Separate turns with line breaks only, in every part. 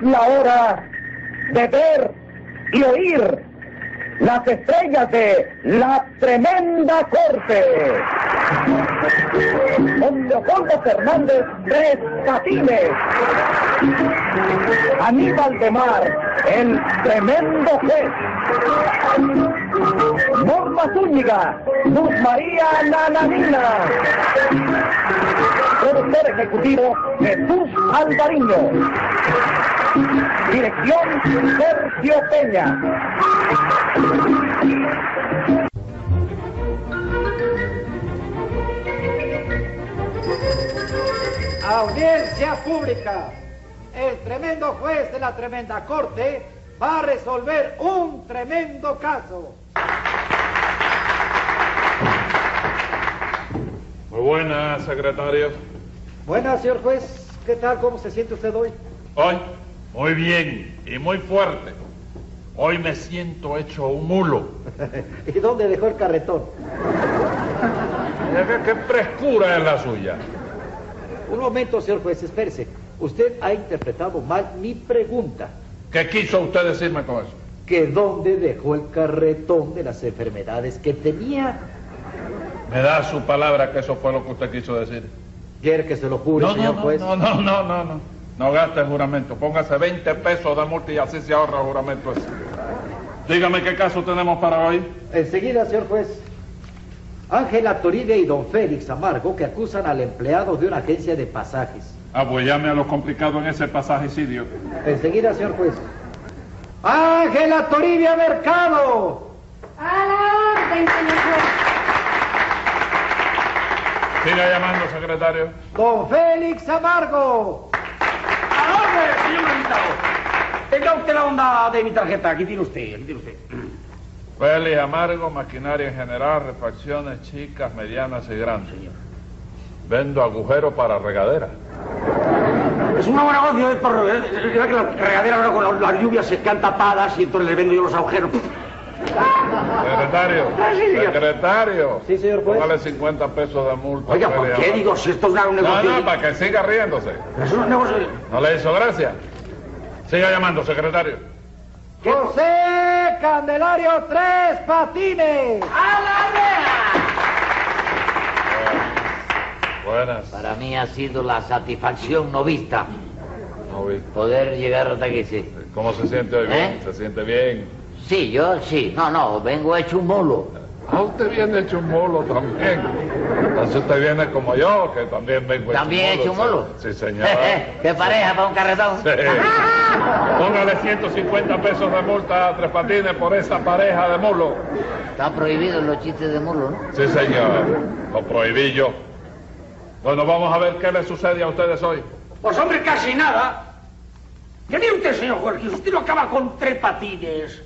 la hora de ver y oír las estrellas de la tremenda corte. Don Leopoldo Fernández Tres Catines. Aníbal de Mar, el tremendo juez. Norma Zúñiga, Luz María Nananina. Productor ejecutivo Jesús Alvariño. Dirección Sergio Peña.
Audiencia pública. El tremendo juez de la tremenda corte va a resolver un tremendo caso.
Muy buenas, secretarios.
Buenas, señor juez. ¿Qué tal? ¿Cómo se siente usted hoy?
Hoy, muy bien y muy fuerte. Hoy me siento hecho un mulo.
¿Y dónde dejó el carretón?
Mira ¿Qué, qué frescura es la suya?
Un momento, señor juez, espérese. Usted ha interpretado mal mi pregunta.
¿Qué quiso usted decirme con eso?
¿Que dónde dejó el carretón de las enfermedades que tenía?
Me da su palabra que eso fue lo que usted quiso decir.
Quiere que se lo jure,
no, no,
señor
no,
juez.
no, no, no, no, no. No gaste juramento. Póngase 20 pesos de multa y así se ahorra el juramento ese. Dígame qué caso tenemos para hoy.
Enseguida, señor juez. Ángela Toribia y don Félix Amargo que acusan al empleado de una agencia de pasajes.
Ah, pues llame a lo complicado en ese pasajicidio.
Enseguida, señor juez. Ángela Toribia Mercado.
A la orden, señor juez.
Siga llamando, secretario.
Don Félix Amargo.
¿A dónde, señor invitado? Tenga usted la onda de mi tarjeta. Aquí tiene usted, aquí tiene usted.
Félix Amargo, maquinaria en general, refacciones chicas, medianas y grandes. Vendo agujeros para regadera.
Es un nuevo negocio esto. ¿eh? Yo que las regaderas ahora con las- las lluvias se quedan tapadas y entonces le vendo yo los agujeros.
Secretario,
Ah, sí, señor. pues.
secretario.
Sí, señor juez.
Póngale 50 pesos de multa.
Oiga, ¿por
Félix
qué
Amargo.
digo si esto es una- un
No,
negocio?
no, para que siga riéndose.
Es un negocio.
¿No le hizo gracia? Siga llamando, secretario.
¿Qué?
José Candelario Tres Patines.
A la rea.
Buenas.
Para mí ha sido la satisfacción novista
No vi.
poder llegar hasta aquí, sí.
¿Cómo se siente hoy? Bien,
¿Eh?
¿Se siente bien?
Sí, yo sí. No, no, vengo hecho un mulo.
Ah, usted viene hecho un molo también. Entonces usted viene como yo, que también vengo
¿También hecho un mulo?
Sí, sí, señor.
¿Qué pareja para un carretón?
Sí. Póngale 150 pesos de multa a Tres Patines por esa pareja de mulo.
Está prohibido los chistes de mulo, ¿no?
Sí, señor. Lo prohibí yo. Bueno, vamos a ver qué le sucede a ustedes hoy.
Pues hombre, casi nada. ¿Qué dice usted, señor Jorge? Usted no acaba con tres patines.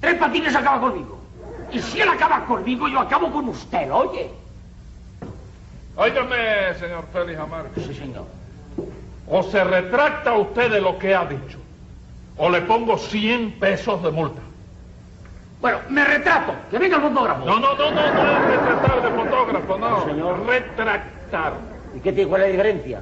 Tres patines acaba conmigo. Y si él acaba conmigo, yo acabo con usted, oye.
Óigame, señor Félix Amargo.
Sí, señor.
O se retracta usted de lo que ha dicho, o le pongo 100 pesos de multa.
Bueno, me retrato. Que venga el fotógrafo.
No, no, no, no, no es retratar de fotógrafo, no.
Señor.
Retractar.
¿Y qué tiene? ¿Cuál es la diferencia?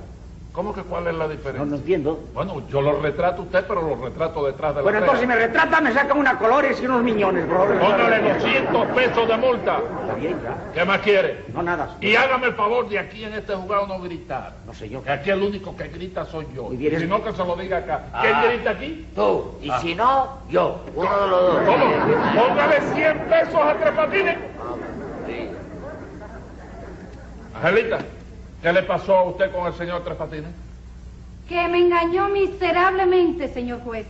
¿Cómo que cuál es la diferencia?
entiendo.
Bueno, yo lo retrato a usted, pero lo retrato detrás de la
Bueno,
reja.
entonces si me retrata, me saca unas colores y unos miñones, por favor.
Póngale 200 pesos de multa.
Está bien, ya.
¿Qué más quiere?
No, nada.
Y hágame el favor de aquí en este jugado no gritar.
No, señor.
Que aquí el único que grita soy yo.
Muy bien, es-
Sino que se lo diga acá.
Ah.
¿Quién grita aquí?
Tú. Y si no, yo. Uno de los dos.
¿Cómo? Póngale 100 pesos a Tres Patines.
Sí.
Angelita, ¿qué le pasó a usted con el señor Tres Patines?
Que me engañó miserablemente, señor juez.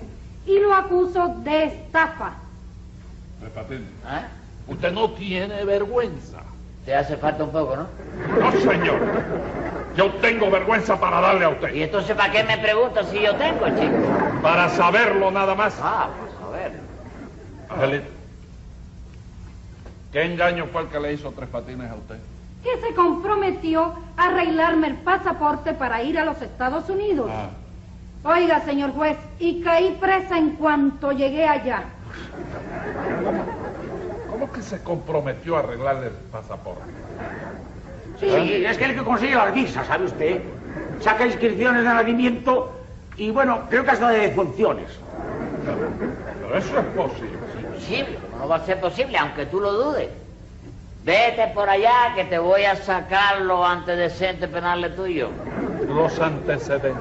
Y lo acuso de estafa.
Tres Patines.
¿Ah?
Usted no tiene vergüenza.
Te hace falta un poco, ¿no?
No, señor. Yo tengo vergüenza para darle a
Y
usted.
entonces, ¿para qué me preguntas si yo tengo, chico?
Para saberlo nada más.
Ah, pues a ver.
Angelita, ¿qué engaño fue el que le hizo Tres Patines a usted?
Que se comprometió a arreglarme el pasaporte para ir a los Estados Unidos.
Ah,
Oiga, señor juez, y caí presa en cuanto llegué allá.
¿Cómo que se comprometió a arreglarle el pasaporte?
Sí, es que el que consigue las visas, ¿sabe usted? Saca inscripciones de nacimiento Y bueno, creo que hasta de defunciones.
Pero eso es posible.
Imposible, ¿cómo no va a ser posible? Aunque tú lo dudes. Vete por allá que te voy a sacar los antecedentes penales tuyos.
Los antecedentes.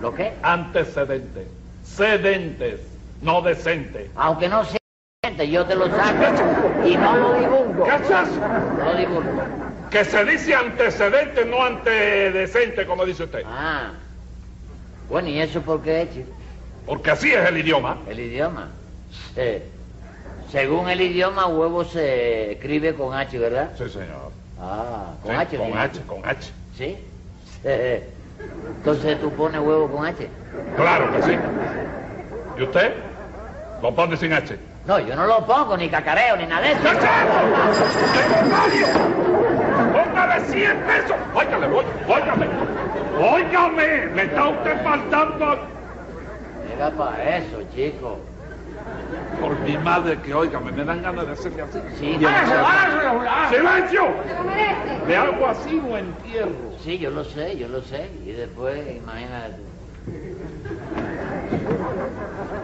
¿Lo qué?
Antecedentes. Sedentes. No decentes.
Aunque no sea gente, yo te lo saco y no lo divulgo.
¿Cachas?
No lo divulgo.
Que se dice antecedente, no antedecente, como dice usted.
Ah. Bueno, ¿y eso por qué, chico?
Porque así es el idioma.
El idioma. Sí. Según el idioma, huevo se escribe con H, ¿verdad?
Sí, señor.
Ah, con
Sí,
H.
Con
sí.
H, con H.
¿Sí? Entonces tú pones huevo con H.
Claro que sí. ¿Y usted? Lo pone sin H.
No, yo no lo pongo, ni cacareo, ni nada de eso.
¡Póngale 100 pesos! Óigale, ó- óigame. Óigame, me está usted faltando.
Llega para eso, chico.
Por mi madre que óigame, me dan ganas de hacerle así.
Sí,
¡Hágase,
no,
hágase, hágase!
¡Silencio!
¿Te lo mereces?
Le hago así o entierro.
sí, yo lo sé, yo lo sé. Y después, imagínate. tú.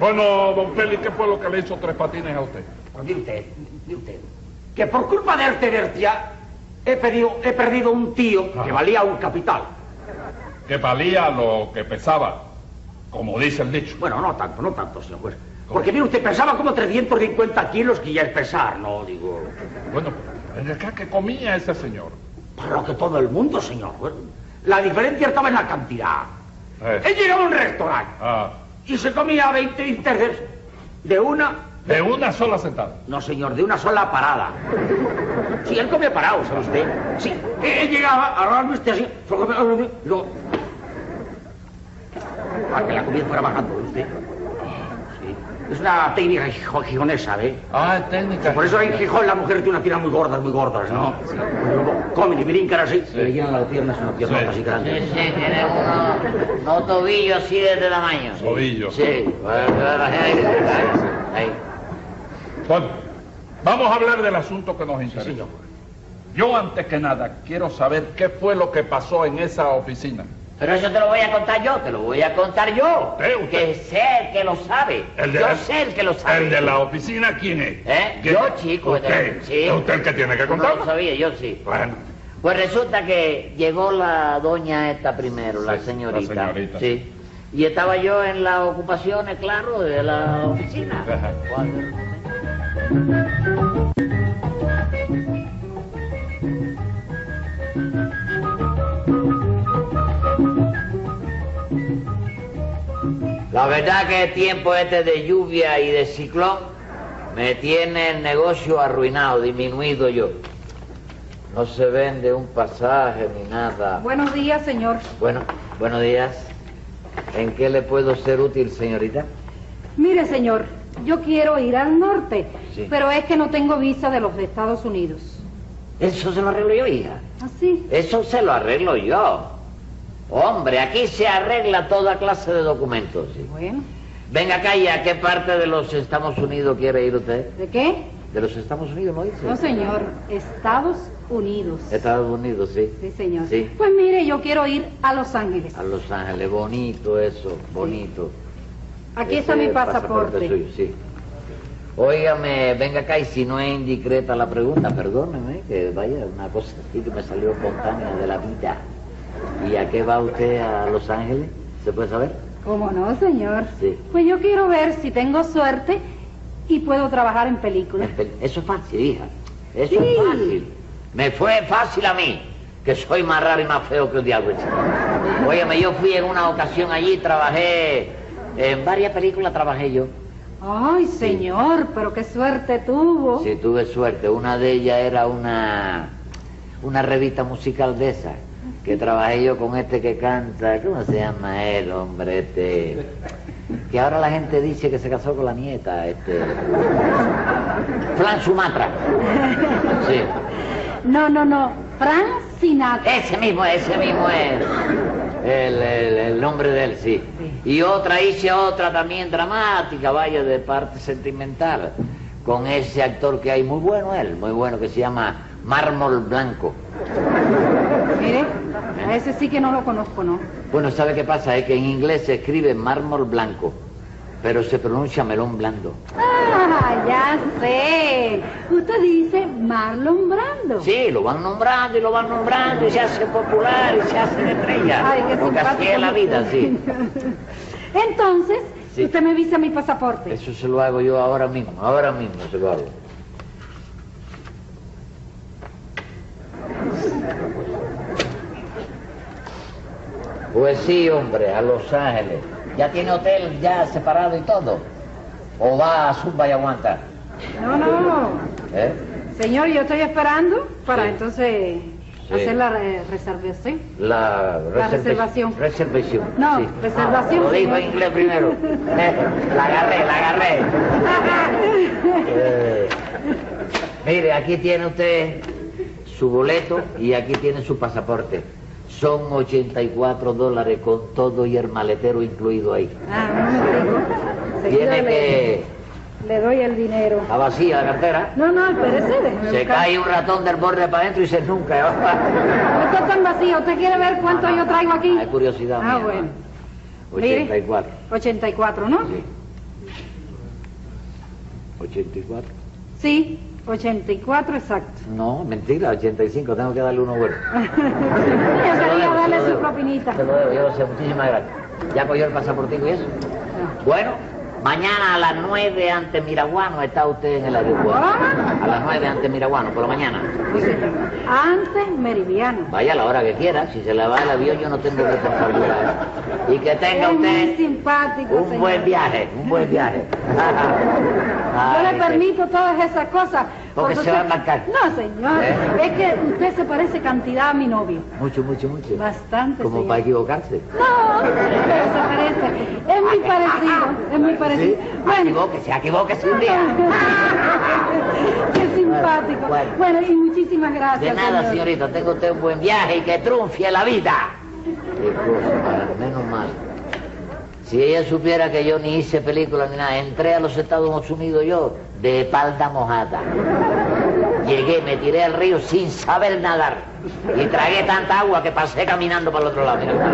Bueno, don Félix, ¿qué fue lo que le hizo tres patines a usted?
Mire usted, mire usted, que por culpa de Arte Bertia he, pedido- he perdido un tío que
Ajá.
valía un capital.
Que valía lo que pesaba, como dice el dicho.
Bueno, no tanto, no tanto, señor juez. Porque mire usted, pesaba como 350 kilos que ya es pesar, no, digo.
Bueno, ven acá que comía ese señor.
Para lo que todo el mundo, señor juez. La diferencia estaba en la cantidad.
Eh.
Él llegaba a un restaurante
Ah,
y se comía 20 bisteces de una
de una sola sentada.
No, señor, de una sola parada. Sí, él comía parado, ¿sabe usted? Sí, Eh, él llegaba, agarraba usted así, se lo comía, y luego... Para que la comida fuera bajando, ¿ve usted? Sí. Es una técnica gijo- gijonesa, ¿ve?
Ah, técnica.
Por eso en Gijón las mujeres tienen una piernas muy gordas, muy gordas, ¿no? Porque Luego comen y brincan así, y le llenan las piernas unas piernas
Sí.
así
Sí,
grandes.
sí, tiene uno, no tobillo así de tamaño.
Tobillo.
Sí. Ahí, ahí.
Bueno, vamos a hablar del asunto que nos
Sí,
interesa.
señor.
Yo antes que nada quiero saber qué fue lo que pasó en esa oficina.
Pero eso te lo voy a contar yo, te lo voy a contar yo.
Usted, Eh, usted.
Que sé el que lo sabe. yo sé el que lo sabe.
¿El de la oficina quién es?
¿Eh?
¿Quién?
Yo, chico. el de la-
¿Usted?
sí.
¿Es usted el que tiene que
Tú No lo
contar?
sabía, yo sí.
Bueno,
Pues resulta que llegó la doña esta primero, la
Sí,
señorita.
la señorita.
Sí. Y estaba yo en las ocupaciones, claro, de la oficina.
Ajá.
Cuando- La verdad que el tiempo este de lluvia y de ciclón me tiene el negocio arruinado, disminuido yo. No se vende un pasaje ni nada.
Buenos días, señor.
Bueno, buenos días. ¿En qué le puedo ser útil, señorita?
Mire, señor, yo quiero ir al norte,
Sí.
pero es que no tengo visa de los de Estados Unidos. ¿Ah,
Eso se lo arreglo yo, hija.
¿Así?
Eso se lo arreglo yo. Hombre, aquí se arregla toda clase de documentos. sí.
Bueno,
Venga acá y a qué parte de los Estados Unidos quiere ir usted.
¿de qué?
De los Estados Unidos, ¿no dice?
No, señor, Estados Unidos.
Estados Unidos, sí.
Sí, señor.
Sí.
Pues mire, yo quiero ir a Los Ángeles.
A Los Ángeles, bonito eso, bonito.
Aquí
Ese
está mi pasaporte.
suyo, sí. Óigame, venga acá y si no es indiscreta la pregunta, perdóneme, que vaya, una cosa así que me salió espontánea de la vida. ¿Y a qué va usted a Los Ángeles? ¿Se puede saber?
¿Cómo no, señor?
Sí.
Pues yo quiero ver si tengo suerte y puedo trabajar en películas.
En pel- Eso es fácil, hija. Eso
Sí.
es fácil. Me fue fácil a mí, que soy más raro y más feo que el diablo. chico. Óigame, yo fui en una ocasión allí, trabajé, en varias películas trabajé yo.
Ay, señor, pero qué suerte tuvo.
Sí, tuve suerte. Una de ellas era una, una revista musical de esas, que trabajé yo con este que canta, ¿cómo se llama él, hombre? Este, que ahora la gente dice que se casó con la nieta, este. Fran Sumatra. Sí.
No, no, no. Frank Sinatra.
Ese mismo, ese mismo es. El, el- el nombre de él, sí. Y otra hice otra también dramática, vaya, de parte sentimental, con ese actor que hay, muy bueno él, muy bueno, que se llama Mármol Blanco.
Mire,
¿eh?
A ese sí que no lo conozco, ¿no?
Bueno, ¿sabe qué pasa? Es que en inglés se escribe mármol blanco, pero se pronuncia melón blando.
Ah, ya sé. Usted dice Marlon Brando.
Sí, lo van nombrando y lo van nombrando y se hace popular y se hace estrella.
Ay, qué
porque así
simpático
es la vida,
usted.
sí.
Entonces,
Sí.
usted me visa mi pasaporte.
Eso se lo hago yo ahora mismo, ahora mismo se lo hago. Pues sí, hombre, a Los Ángeles. ¿Ya tiene hotel ya separado y todo? ¿O va a Zumba y aguanta?
No, no.
¿Eh?
Señor, yo estoy esperando para
Sí.
entonces
Sí.
hacer la re- reservación.
La, reserve-
reservación.
Reservación.
No,
sí.
reservación,
Ah, lo dijo
señor.
en inglés primero. la agarré, la agarré. Eh, mire, aquí tiene usted su boleto y aquí tiene su pasaporte. Son 84 dólares con todo y el maletero incluido ahí.
Ah, no me digo. Enseguida
Tiene
le-
que...
Le doy el dinero.
La vacía la cartera.
No, no, espérese, déjeme
Se
buscar.
cae un ratón del borde para adentro y se nunca.
No está tan vacío. ¿Usted quiere ver cuánto
No, no,
yo traigo aquí?
hay curiosidad
Ah,
mía,
bueno. Mire.
84.
84, ¿no?
Sí. 84.
Sí, 84 exacto.
No, mentira, 85. Tengo que darle uno bueno.
Yo
Se lo
quería
debo, se
darle
lo
su
debo.
propinita.
Se lo debo, yo lo sé. Muchísimas gracias. ¿Ya cogió el pasaportico y eso? Bueno, mañana a las 9 ante Miraguano está usted en el aeropuerto.
¿Cómo?
A las 9 ante Miraguano, por la mañana.
pues Antes meridiano.
Vaya a la hora que quiera. Si se le va el avión, yo no tengo responsabilidad. Y que tenga
Es muy
usted
simpático,
un
señor.
buen viaje, un buen viaje.
Yo
Ay,
le
qué-
permito todas esas cosas.
Porque
cuando
se va a embarcar.
No, señor.
¿Eh?
Es que usted se parece cantidad a mi novio.
Mucho, mucho, mucho.
Bastante,
Como
señor.
para equivocarse.
No, pero se parece. Es muy parecido. Es muy parecido.
Ah,
Bueno.
Equivóquese, equivóquese un día.
Qué simpático.
Bueno.
Bueno, y muchísimas gracias.
De nada,
señor.
señorita, tenga usted un buen viaje y que triunfe la vida. Qué cosa, madre, menos mal. Si ella supiera que yo ni hice película ni nada, entré a los Estados Unidos yo de espalda mojada. Llegué, me tiré al río sin saber nadar y tragué tanta agua que pasé caminando para el otro lado. Mira.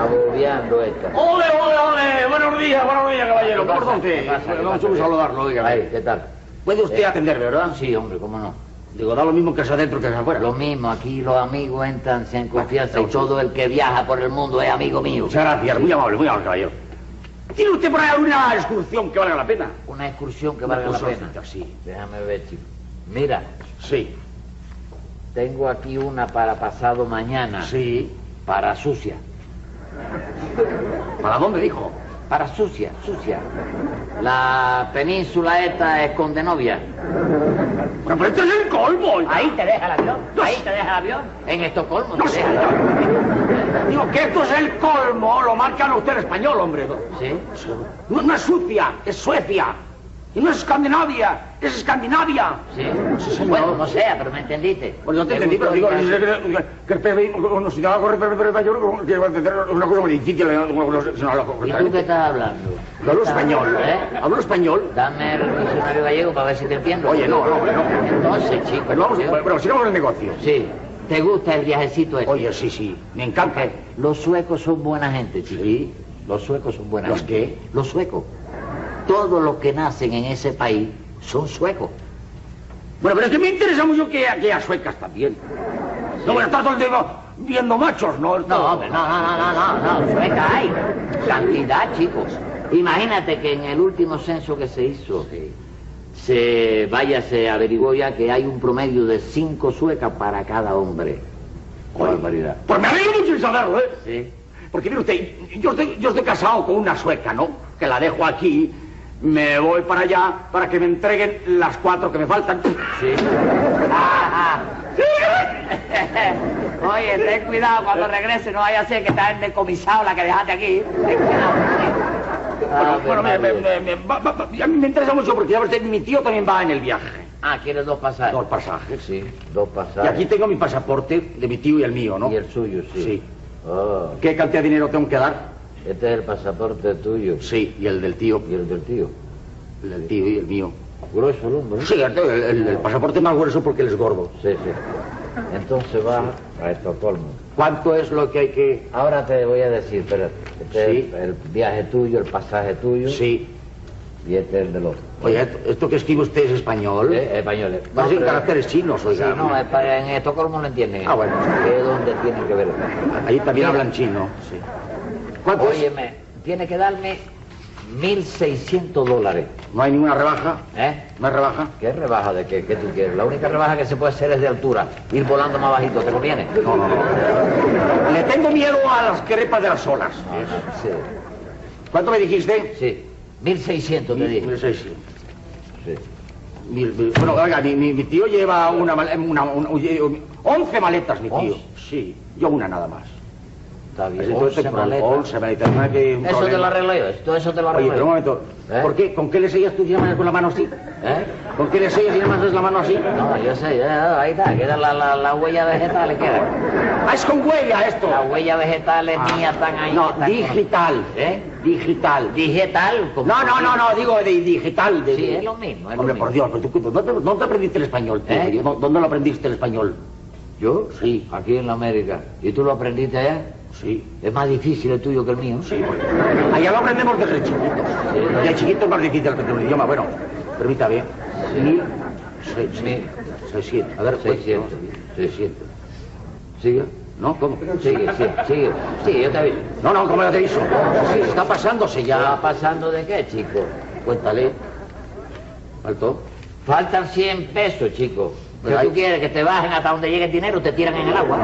Agobiando esta.
¡Ole, ole, ole! Buenos días, buenos días, caballero.
¿Qué pasa?
¿Por dónde?
¿Qué pasa? ¿Qué
Vamos
pasa?
a saludarlo,
Ay,
dígame.
¿qué tal?
Puede usted
Eh,
atenderme, ¿verdad?
Sí, hombre, cómo no.
Digo, da lo mismo que sea adentro que sea afuera.
Lo mismo, aquí los amigos entran en confianza y todo el que viaja por el mundo es amigo mío.
Muchas gracias, muy amable, muy amable, caballero. ¿Tiene usted por ahí alguna excursión que valga la pena?
Una excursión que
Una
valga la
excursióncita,
pena.
sí.
Déjame ver, chico. Mira,
Sí.
tengo aquí una para pasado mañana.
Sí.
Para sucia.
¿Para dónde dijo?
Para sucia, sucia. La península esta es Condenovia.
Pero, pero esto es el colmo. oiga.
Ahí te deja el avión. Ahí te deja el avión. En Estocolmo
No,
te deja el avión.
señor. Digo que esto es el colmo, lo marcan usted en español, hombre.
¿Sí?
No, no es Suecia, es Suecia. Y no es Escandinavia, es Escandinavia.
Sí.
señor.
Bueno, no sea, pero me entendiste.
Bueno, yo te entendí, pero digo, que el PBI nos si algo mayor, que va a entender una cosa muy difícil, no
¿Y tú qué estás hablando?
Hablo
¿Estás-
español,
¿Eh?
Hablo español.
Dame el diccionario gallego para ver si te entiendo.
Oye, no, no, no.
Entonces, chico.
Pero vamos,
yo-
pero sigamos el negocio.
Sí. ¿Te gusta el viajecito este?
Oye, sí, sí, me encanta.
Los suecos son buena gente, chico.
Sí.
Los suecos son buena
¿Los
gente.
qué?
Los suecos. Todos los que nacen en ese país son suecos.
Bueno, pero es que me interesa mucho que aquellas suecas también. No, bueno, está todo el tiempo viendo machos, ¿no?
No, hombre, no, no, no, no, no, no, sueca hay. Cantidad, chicos. Imagínate que en el último censo que se hizo, se vaya, se averiguó ya que hay un promedio de cinco suecas para cada hombre. ¡Qué barbaridad!
Pues me alegro mucho de saberlo, ¿eh?
Sí.
Porque mire usted, yo estoy, yo estoy casado con una sueca, ¿no? Que la dejo aquí, me voy para allá para que me entreguen las cuatro que me faltan.
Sí. Oye, ten cuidado cuando regrese, no vaya a ser que te hayan decomisado la que dejaste aquí. Ten cuidado. Ah,
Bueno, bueno, me, me- me- me- va- va- va- a mí me interesa mucho porque ya usted, mi tío también va en el viaje.
Ah, ¿quieres dos pasajes?
Dos pasajes.
Sí, dos
Y aquí
pasajes.
tengo mi pasaporte de mi tío y el mío, ¿no?
Y el suyo, sí.
Sí.
Oh,
¿Qué cantidad de dinero tengo que dar?
este es el pasaporte tuyo.
Sí, y el del tío.
Y el del tío.
El del tío y el mío.
Grueso el hombre.
Sí, el, el- el pasaporte más grueso porque él es gordo.
Sí, sí. Entonces va a Estocolmo.
¿Cuánto es lo que hay que...?
Ahora te voy a decir, pero este
Sí.
es el viaje tuyo, el pasaje tuyo
Sí.
y este es el del otro.
Oye, esto, esto que escribe usted es español.
Eh, español. eh.
Va a ser
No, pero-
caracteres chinos,
Sí,
oiga.
no, eh. es para- en Estocolmo no entienden.
Ah, bueno.
Que es donde tiene que ver.
Allí también hablan chino.
Sí.
¿Cuánto es?
Óyeme, tiene que darme 1.600 dólares.
No hay ninguna rebaja.
¿Eh?
¿No hay rebaja?
¿Qué rebaja de qué, qué tú quieres? La única rebaja que se puede hacer es de altura. Ir volando más bajito, ¿te conviene?
No, no, no. Le tengo miedo a las crepas de las olas.
Sí,
¿Cuánto me dijiste?
sí. 1.600 te dije.
Mil seiscientos.
Sí.
Mil- mil- Bueno, oiga, mi, mi- mi tío lleva una, male- una, una- oye, once maletas, mi tío.
Once.
Sí, yo una nada más.
Está bien.
Entonces,
Once
con
maletas.
este once maletas, no hay que- un
Eso te lo
problema.
arreglo yo, todo eso te lo
Oye,
arreglo
pero
yo.
un momento.
¿Eh?
¿Por qué? ¿Con qué le sellas tú y llamas con la mano así?
¿Eh?
¿Con qué le sellas y llamas la mano así?
No, yo sé, ya, ahí está, queda la, la, la huella vegetal, queda.
Ah, es con huella esto.
Las huellas vegetales
Ah.
mías están ahí.
No,
están-
digital.
¿Eh?
Digital.
Digital. como-
No, no, no, no, digo de digital. de-
Sí, es lo mismo, es lo
Hombre,
mismo.
por Dios, pero tú, ¿dónde, dónde aprendiste el español? tío?
¿Eh?
¿Dó- ¿Dónde lo aprendiste el español?
¿Yo? Sí, aquí en la América. ¿Y tú lo aprendiste allá?
Sí.
Es más difícil el tuyo que el mío.
Sí, bueno. Allá lo aprendemos desde chiquitos. Ya chiquito es más difícil aprender un idioma. Bueno, permítame. Mil seis-
Mil.
seiscientos. A ver, pues,
600.
¿no?
600. ¿Sigue?
¿No? ¿Cómo?
Sigue, sigue, sigue. Sigue, yo te aviso.
No, no, ¿cómo lo te hizo? Sí, está pasándose
¿Ya va
ya.
pasando de qué, chico?
Cuéntale. ¿Faltó?
Faltan 100 pesos, chico. ¿Qué
Pero hay-
tú quieres? ¿Que te bajen hasta donde llegue el dinero te tiran en el agua?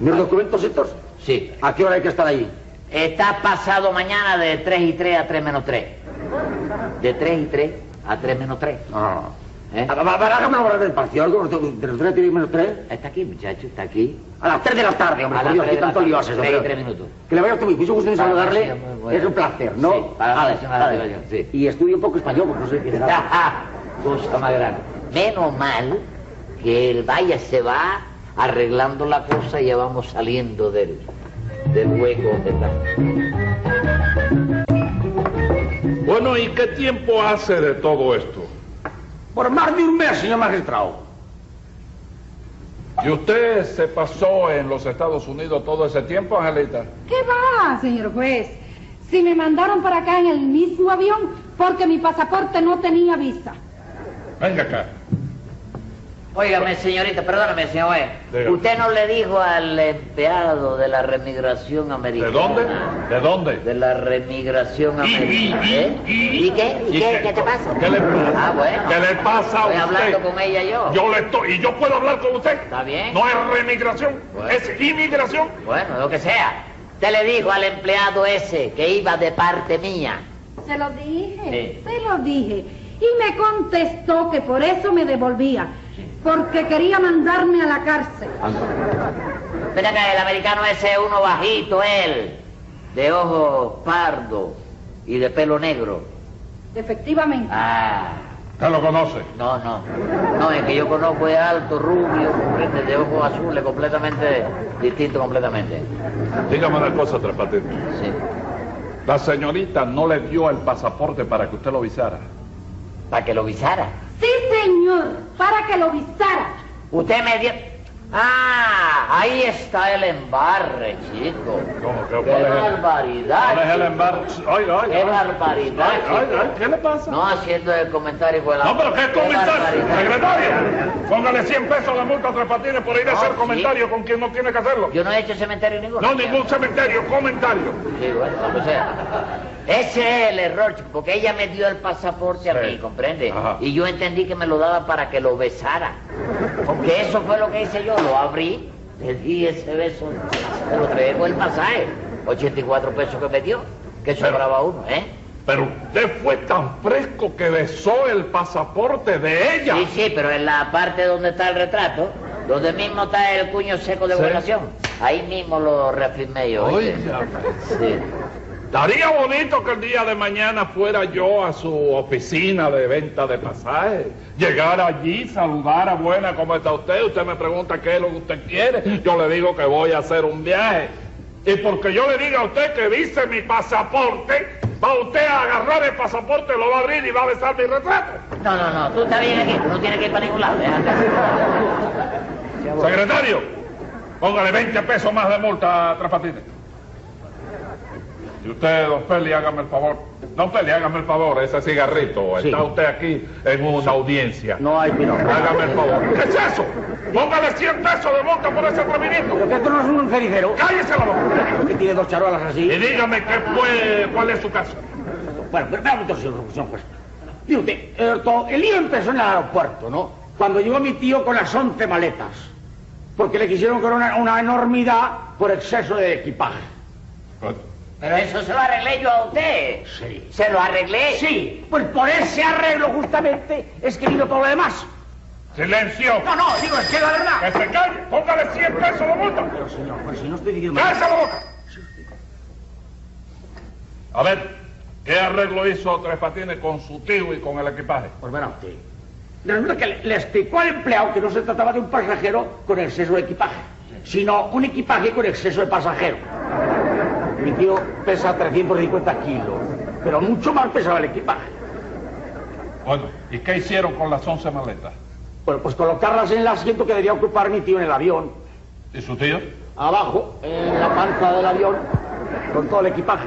¿Mis documentos estos?
Sí.
¿A qué hora hay que estar ahí?
Está pasado mañana de 3 y 3 a 3 menos 3. De 3 y 3 a 3 menos 3.
No, no, no.
¿Eh?
Ah, ba- Barájamelo para el partido. ¿Algo? ¿De los tres tiene menos tres?
Está aquí, muchacho, está aquí.
A las 3 de la tarde, hombre,
A
por
las
Dios,
tres
qué
de la
tanto
tarde.
lío haces,
Tres y
hombre.
tres minutos.
Que le vaya a usted muy mucho gusto en
Para la
saludarle.
próxima, muy
Es
buena.
un placer, ¿no?
Sí, para la
Vale,
próxima
vale.
saludación, sí. Ah.
Y estudie un poco español, porque no sé qué será.
Cosa más grande. Menos mal que el vaya se va arreglando la cosa y ya vamos saliendo del, del hueco donde estamos.
Bueno, ¿y qué tiempo hace de todo esto?
Por más de un mes, señor magistrado.
¿Y usted se pasó en los Estados Unidos todo ese tiempo, Angelita?
¿Qué va, señor juez? Si me mandaron para acá en el mismo avión porque mi pasaporte no tenía visa.
Venga acá.
Óigame, señorita, perdóname, señor. juez.
Dígame.
Usted no le dijo al empleado de la remigración americana.
¿De dónde? ¿De dónde?
De la remigración
Y- y-
americana.
y-
¿eh?
y-
¿Y qué? ¿Y qué? ¿Qué te pasa?
¿Qué le pasa?
Ah, bueno.
¿Qué le pasa a
Estoy
usted?
hablando con ella yo.
Yo le estoy... ¿Y yo puedo hablar con usted?
Está bien.
No es remigración,
Bueno.
es inmigración.
Bueno, lo que sea. Usted le dijo al empleado ese que iba de parte mía.
Se lo dije,
Sí.
se lo dije. Y me contestó que por eso me devolvía, porque quería mandarme a la cárcel.
Ven acá, el americano ese es uno bajito, él. De ojos pardo y de pelo negro.
Efectivamente.
Ah,
¿Usted lo conoce?
no, no. No, es que yo conozco es alto, rubio, comprende, de ojos azules, completamente distinto, completamente.
Dígame una cosa, Tres Patines.
Sí.
La señorita no le dio el pasaporte para que usted lo visara.
Para que lo visara.
Sí, señor, para que lo visara.
Usted me dio. Ah, ahí está el embarre, chico.
¿Cómo?
¡Qué
¿Qué- cuál es el-
barbaridad!
¿Cuál es el
chico.
embargo? Oiga, oiga.
¡Qué
oiga.
barbaridad!
Oiga, oiga,
chico.
oiga, ¿Qué le pasa?
No haciendo el comentario con la...
No, pero ¿qué comentario?
barbaridad.
Secretaria, póngale 100 pesos de multa a Tres Patines por ir a
No,
hacer
sí.
comentario con quien no tiene que hacerlo.
Yo no he hecho cementerio ninguno.
No, ningún cementerio, comentario.
Sí, bueno, lo que sea. Ese es el error, chico, porque ella me dio el pasaporte a
Sí.
mí, ¿comprende?
Ajá.
Y yo entendí que me lo daba para que lo besara. Que eso fue lo que hice yo, lo abrí, le di ese beso, se lo traigo el pasaje. 84 pesos que me dio, que
Pero-
sobraba uno, ¿eh?
Pero usted fue tan fresco que besó el pasaporte de ella.
Sí, sí, pero en la parte donde está el retrato, donde mismo está el cuño seco de
Sí.
gobernación, ahí mismo lo reafirmé yo. ¿oíste?
Óigame.
Sí.
Estaría bonito que el día de mañana fuera yo a su oficina de venta de pasajes. Llegar allí, saludar buena, ¿cómo está usted? Usted me pregunta qué es lo que usted quiere. Yo le digo que voy a hacer un viaje. Y porque yo le diga a usted que dice mi pasaporte, va usted a agarrar el pasaporte, lo va a abrir y va a besar mi retrato.
No, no, no, tú estás bien aquí, tú no tienes que ir para ningún lado, déjate.
Secretario, Póngale 20 pesos más de multa a Tres Patines. Y usted, don Feli, hágame el favor. Don Feli, hágame el favor, ese cigarrito.
Sí.
Está usted aquí en una audiencia.
No hay piropo.
Hágame el favor. ¿Qué es eso? Póngale 100 pesos de multa por ese
Pero
atrevimiento.
que esto no es un cericero.
Cállese la boca.
Que tiene dos charolas así.
Y dígame qué fue, cuál es su caso.
Bueno, pero veamos entonces, señor, señor juez. Mire usted, eh, to- el lío empezó en el aeropuerto, ¿no? Cuando llegó mi tío con las once maletas. Porque le quisieron coronar una enormidad por exceso de equipaje.
Pues, Pero eso se lo arreglé yo a usted.
Sí.
Se lo arreglé.
Sí, pues por ese arreglo justamente es que vino todo lo demás.
Silencio.
No, no, digo, es que la verdad...
Que se calle. Póngale 100 pesos de multa.
Pero señor juez, si no estoy diciendo...
¡Cállese la boca! A ver, ¿qué arreglo hizo Tres Patines con su tío y con el equipaje?
Pues verá usted. Resulta que le, le explicó al empleado que no se trataba de un pasajero con exceso de equipaje, sino un equipaje con exceso de pasajero. Mi tío pesa 350 kilos, pero mucho más pesaba el equipaje.
Bueno, ¿y qué hicieron con las 11 maletas?
Bueno, pues colocarlas en el asiento que debía ocupar mi tío en el avión,
¿Y su tío?
abajo, en la panza del avión, con todo el equipaje.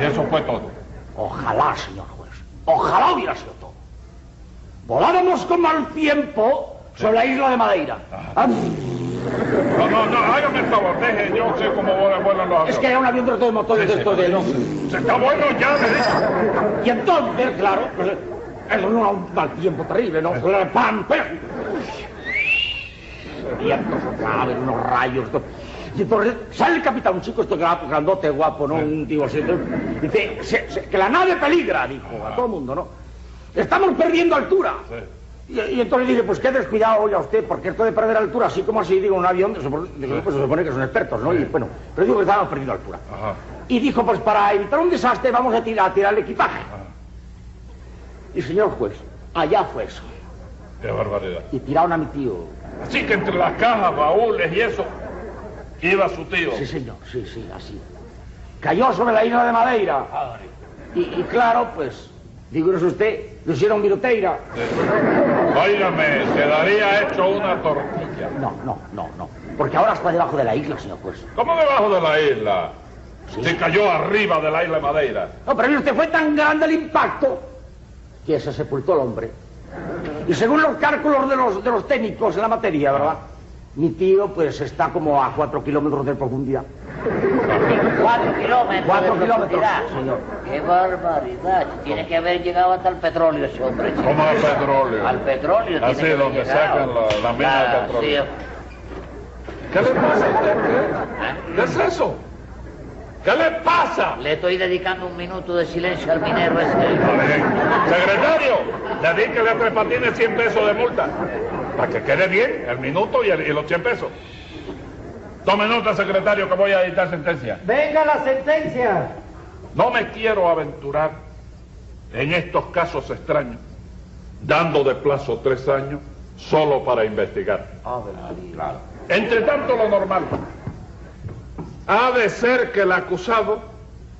Y eso fue todo.
Ojalá, señor juez, ojalá hubiera sido todo. Volábamos con mal tiempo sobre la isla de Madeira. Ah,
No, no, no, hágame el favor, deje, yo sé cómo vuelan vuelan los
Es que era un avión de los dos motores de estos de
Se está bueno ya, le dije.
Y entonces, claro, pues, era un mal tiempo terrible, ¿no? ¡Pam! ¡Pam! Y entonces, claro, eran unos rayos. ¿no? Y entonces sale el capitán, un chico, este gra- grandote, guapo, ¿no? Un tío así. ¿no? Dice, "Se- se- que la nave peligra, dijo a todo el mundo, ¿no? Estamos perdiendo altura. Y, y entonces dice, pues qué descuidado, oiga usted, porque esto de perder altura, así como así, digo, un avión, se supone- digo, pues se supone que son expertos, ¿no? Y bueno, pero digo que estábamos perdiendo altura.
Ajá.
Y dijo, pues para evitar un desastre vamos a tirar, a tirar el equipaje. Y señor juez, allá fue eso.
Qué barbaridad.
Y tiraron a mi tío.
Así que entre las cajas, baúles y eso, iba su tío.
Sí, señor, sí, sí, así. Cayó sobre la isla de Madeira. Y, y claro, pues, digo, ¿no es usted? Lo hicieron viroteira.
Óigame, se daría hecho una tortilla.
No, no, no, no. Porque ahora está debajo de la isla, señor juez.
¿Cómo debajo de la isla? Se cayó arriba de la isla de Madeira.
No, pero mire usted, fue tan grande el impacto que se sepultó el hombre. Y según los cálculos de los, de los técnicos Pues en la materia, ¿verdad? Mi tío, pues, está como a cuatro kilómetros de profundidad.
Cuatro kilómetros.
Cuatro
de
kilómetros,
profundidad.
señor.
Qué barbaridad. Tiene que haber llegado hasta el petróleo ese hombre. chico.
¿Cómo al petróleo?
Al petróleo. tiene
Así,
que haber
donde sacan
llegado.
la- la mina de
Ah,
petróleo.
sí.
¿Qué le pasa a usted? ¿Qué? ¿Qué es eso? ¿Qué le pasa?
Le estoy dedicando un minuto de silencio al minero ese.
Secretario, dedíquele a Tres Patines 100 pesos de multa. Para que quede bien el minuto y, el- y los 100 pesos. Tome nota, secretario, que voy a editar sentencia.
Venga la sentencia.
No me quiero aventurar en estos casos extraños, dando de plazo tres años solo para investigar. Entre tanto, lo normal. Ha de ser que el acusado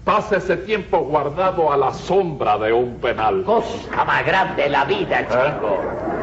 pase ese tiempo guardado a la sombra de un penal.
Cosa más grande de la vida,
¿Eh?
chico.